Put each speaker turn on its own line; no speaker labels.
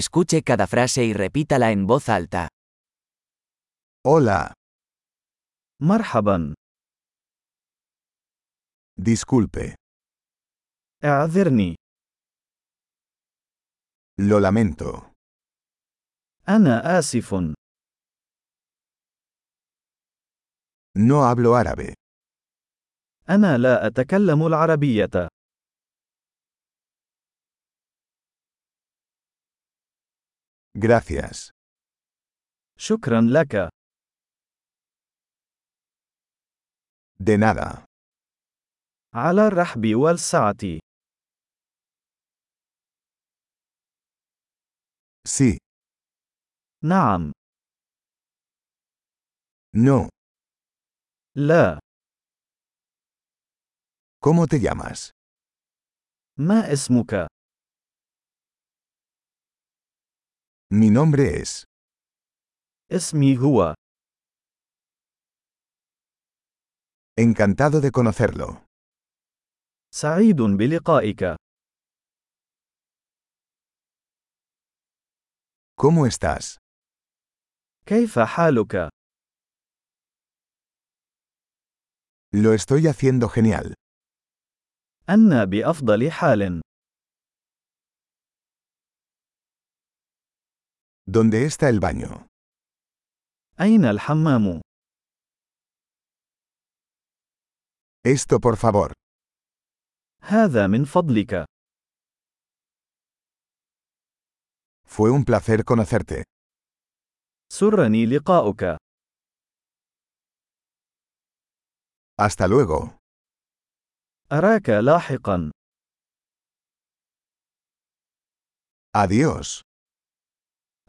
Escuche cada frase y repítala en voz alta.
Hola,
مرحبا
disculpe,
اعذرني
lo lamento,
انا اسف
no hablo árabe,
انا لا اتكلم العربيه
gracias,
شكرا لك
de nada,
على الرحب والسعه
sí,
نعم
no,
لا
¿cómo te llamas?
ما اسمك
Mi nombre es,
اسمي هو
encantado de conocerlo,
سعيد بلقائك
¿cómo estás?
كيف حالك
Lo estoy haciendo genial,
انا بافضل حال
¿dónde está el baño?
اين الحمام
Esto por favor,
هذا من فضلك
fue un placer conocerte,
سرني لقاؤك
hasta luego,
اراك لاحقا
adiós.